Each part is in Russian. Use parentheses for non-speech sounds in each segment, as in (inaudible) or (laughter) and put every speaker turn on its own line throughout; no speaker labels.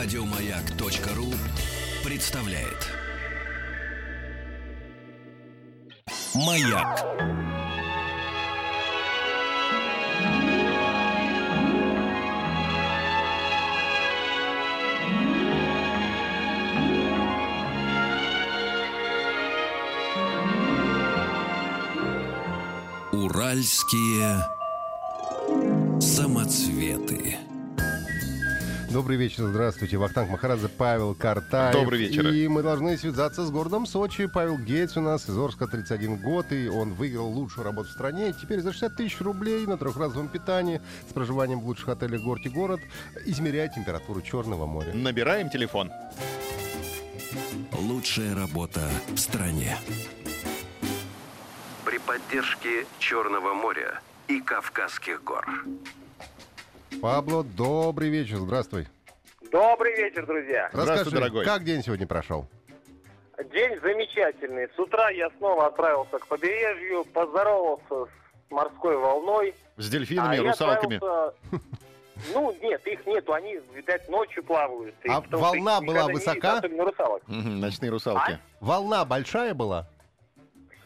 Радиомаяк.ру представляет. Маяк. Уральские самоцветы.
Добрый вечер, здравствуйте. Вахтанг Махарадзе, Павел Картаев.
Добрый вечер.
И мы должны связаться с городом Сочи. Павел Гейтс у нас из Орска 31 год, и он выиграл лучшую работу в стране. Теперь за 60 тысяч рублей на трехразовом питании с проживанием в лучших отелях «Горки город» измеряет температуру Черного моря.
Набираем телефон.
Лучшая работа в стране.
при поддержке Черного моря и Кавказских гор.
Пабло, добрый вечер, здравствуй.
Добрый вечер, друзья.
Здравствуй,
Расскажи,
дорогой.
как день сегодня прошел?
День замечательный. С утра я снова отправился к побережью, поздоровался с морской волной.
С дельфинами,
А я
русалками.
отправился- Ну, нет, их нету, они, видать, ночью плавают. И
А
потому что их
волна была
никогда не
высока?
видно, особенно русалок.
Мгм,
А?
Ночные русалки.
Волна большая была?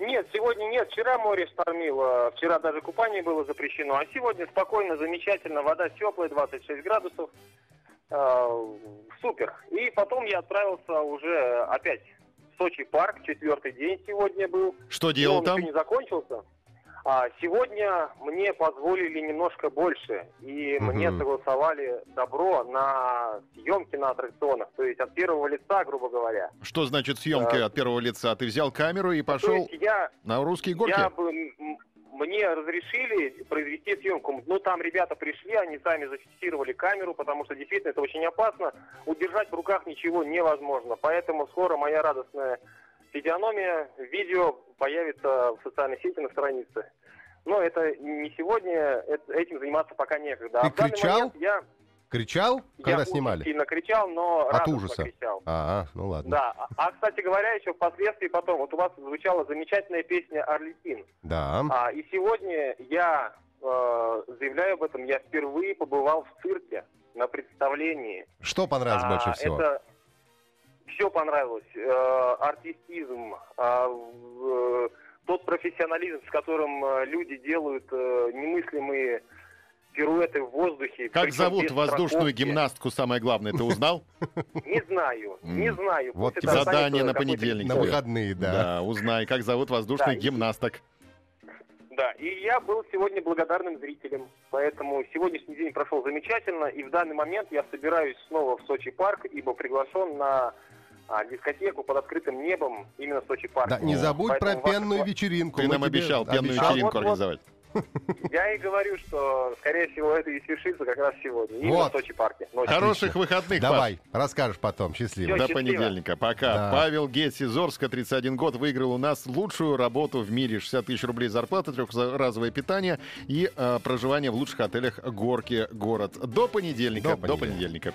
Нет, сегодня нет, вчера море штормило, вчера даже купание было запрещено, а сегодня спокойно, замечательно, вода теплая, 26 градусов, Э, супер. И потом я отправился уже опять в Сочи парк, четвертый день сегодня был,
Что
Но
делал
он
там?
еще не закончился. А, сегодня мне позволили немножко больше, и
Мгм.
мне согласовали добро на съемки на аттракционах, то есть от первого лица, грубо говоря.
Что значит съемки
Да. Ну,
от первого лица? Ты взял камеру и пошел
То есть я
на русские горки?
Я бы, м- м- мне разрешили произвести съемку. Ну, там ребята пришли, они сами зафиксировали камеру, потому что действительно это очень опасно. Удержать в руках ничего невозможно. Поэтому скоро моя радостная физиономия, видео появится в социальной сети на странице. Но это не сегодня, э- этим заниматься пока некогда. А
Ты
в данный
кричал,
момент я,
Кричал,
я
когда
очень
снимали?
сильно кричал, но
От
радостно
ужаса.
кричал.
Ага, ну ладно.
Да. А- А, кстати говоря, еще впоследствии потом, вот у вас звучала замечательная песня «Орликин».
Да.
А, и сегодня я э, заявляю об этом, я впервые побывал в цирке на представлении.
Что понравилось
А,
больше всего?
Это все понравилось. Э, артистизм, а, в- э, тот профессионализм, с которым э, люди делают э, немыслимые пируэты в воздухе.
Как
причем
зовут
без
воздушную
страховки.
гимнастку, самое главное, ты
(laughs)
узнал?
Не знаю, не
М.
знаю.
Вот
Пусть
тебе
это останется
задание на
какой-то
понедельник.
На
Ой.
выходные, да.
узнай, как зовут воздушных
Да.
гимнасток.
Да, и я был сегодня благодарным зрителем, поэтому сегодняшний день прошел замечательно, и в данный момент я собираюсь снова в Сочи парк, ибо приглашен на а, дискотеку под открытым небом именно в Сочи парк.
Да, не
О.
забудь про
Поэтому вас-
пенную вечеринку.
Ты
Мы
нам
тебе
обещал пенную
обещали.
вечеринку
А, вот, вот.
организовать.
Я и говорю, что, скорее всего, это и свершится как раз сегодня, именно
Вот.
в Сочи парке. ночью.
Хороших выходных, Паш.
Давай, расскажешь потом. Счастливо.
Всё,
До
счастливо.
понедельника. Пока.
Да.
Павел Гетс из Орска, 31 год, выиграл у нас лучшую работу в мире. 60 тысяч рублей зарплата, трехразовое питание и э, проживание в лучших отелях «Горки. Город». До понедельника.
До понедельника.
До понедельника.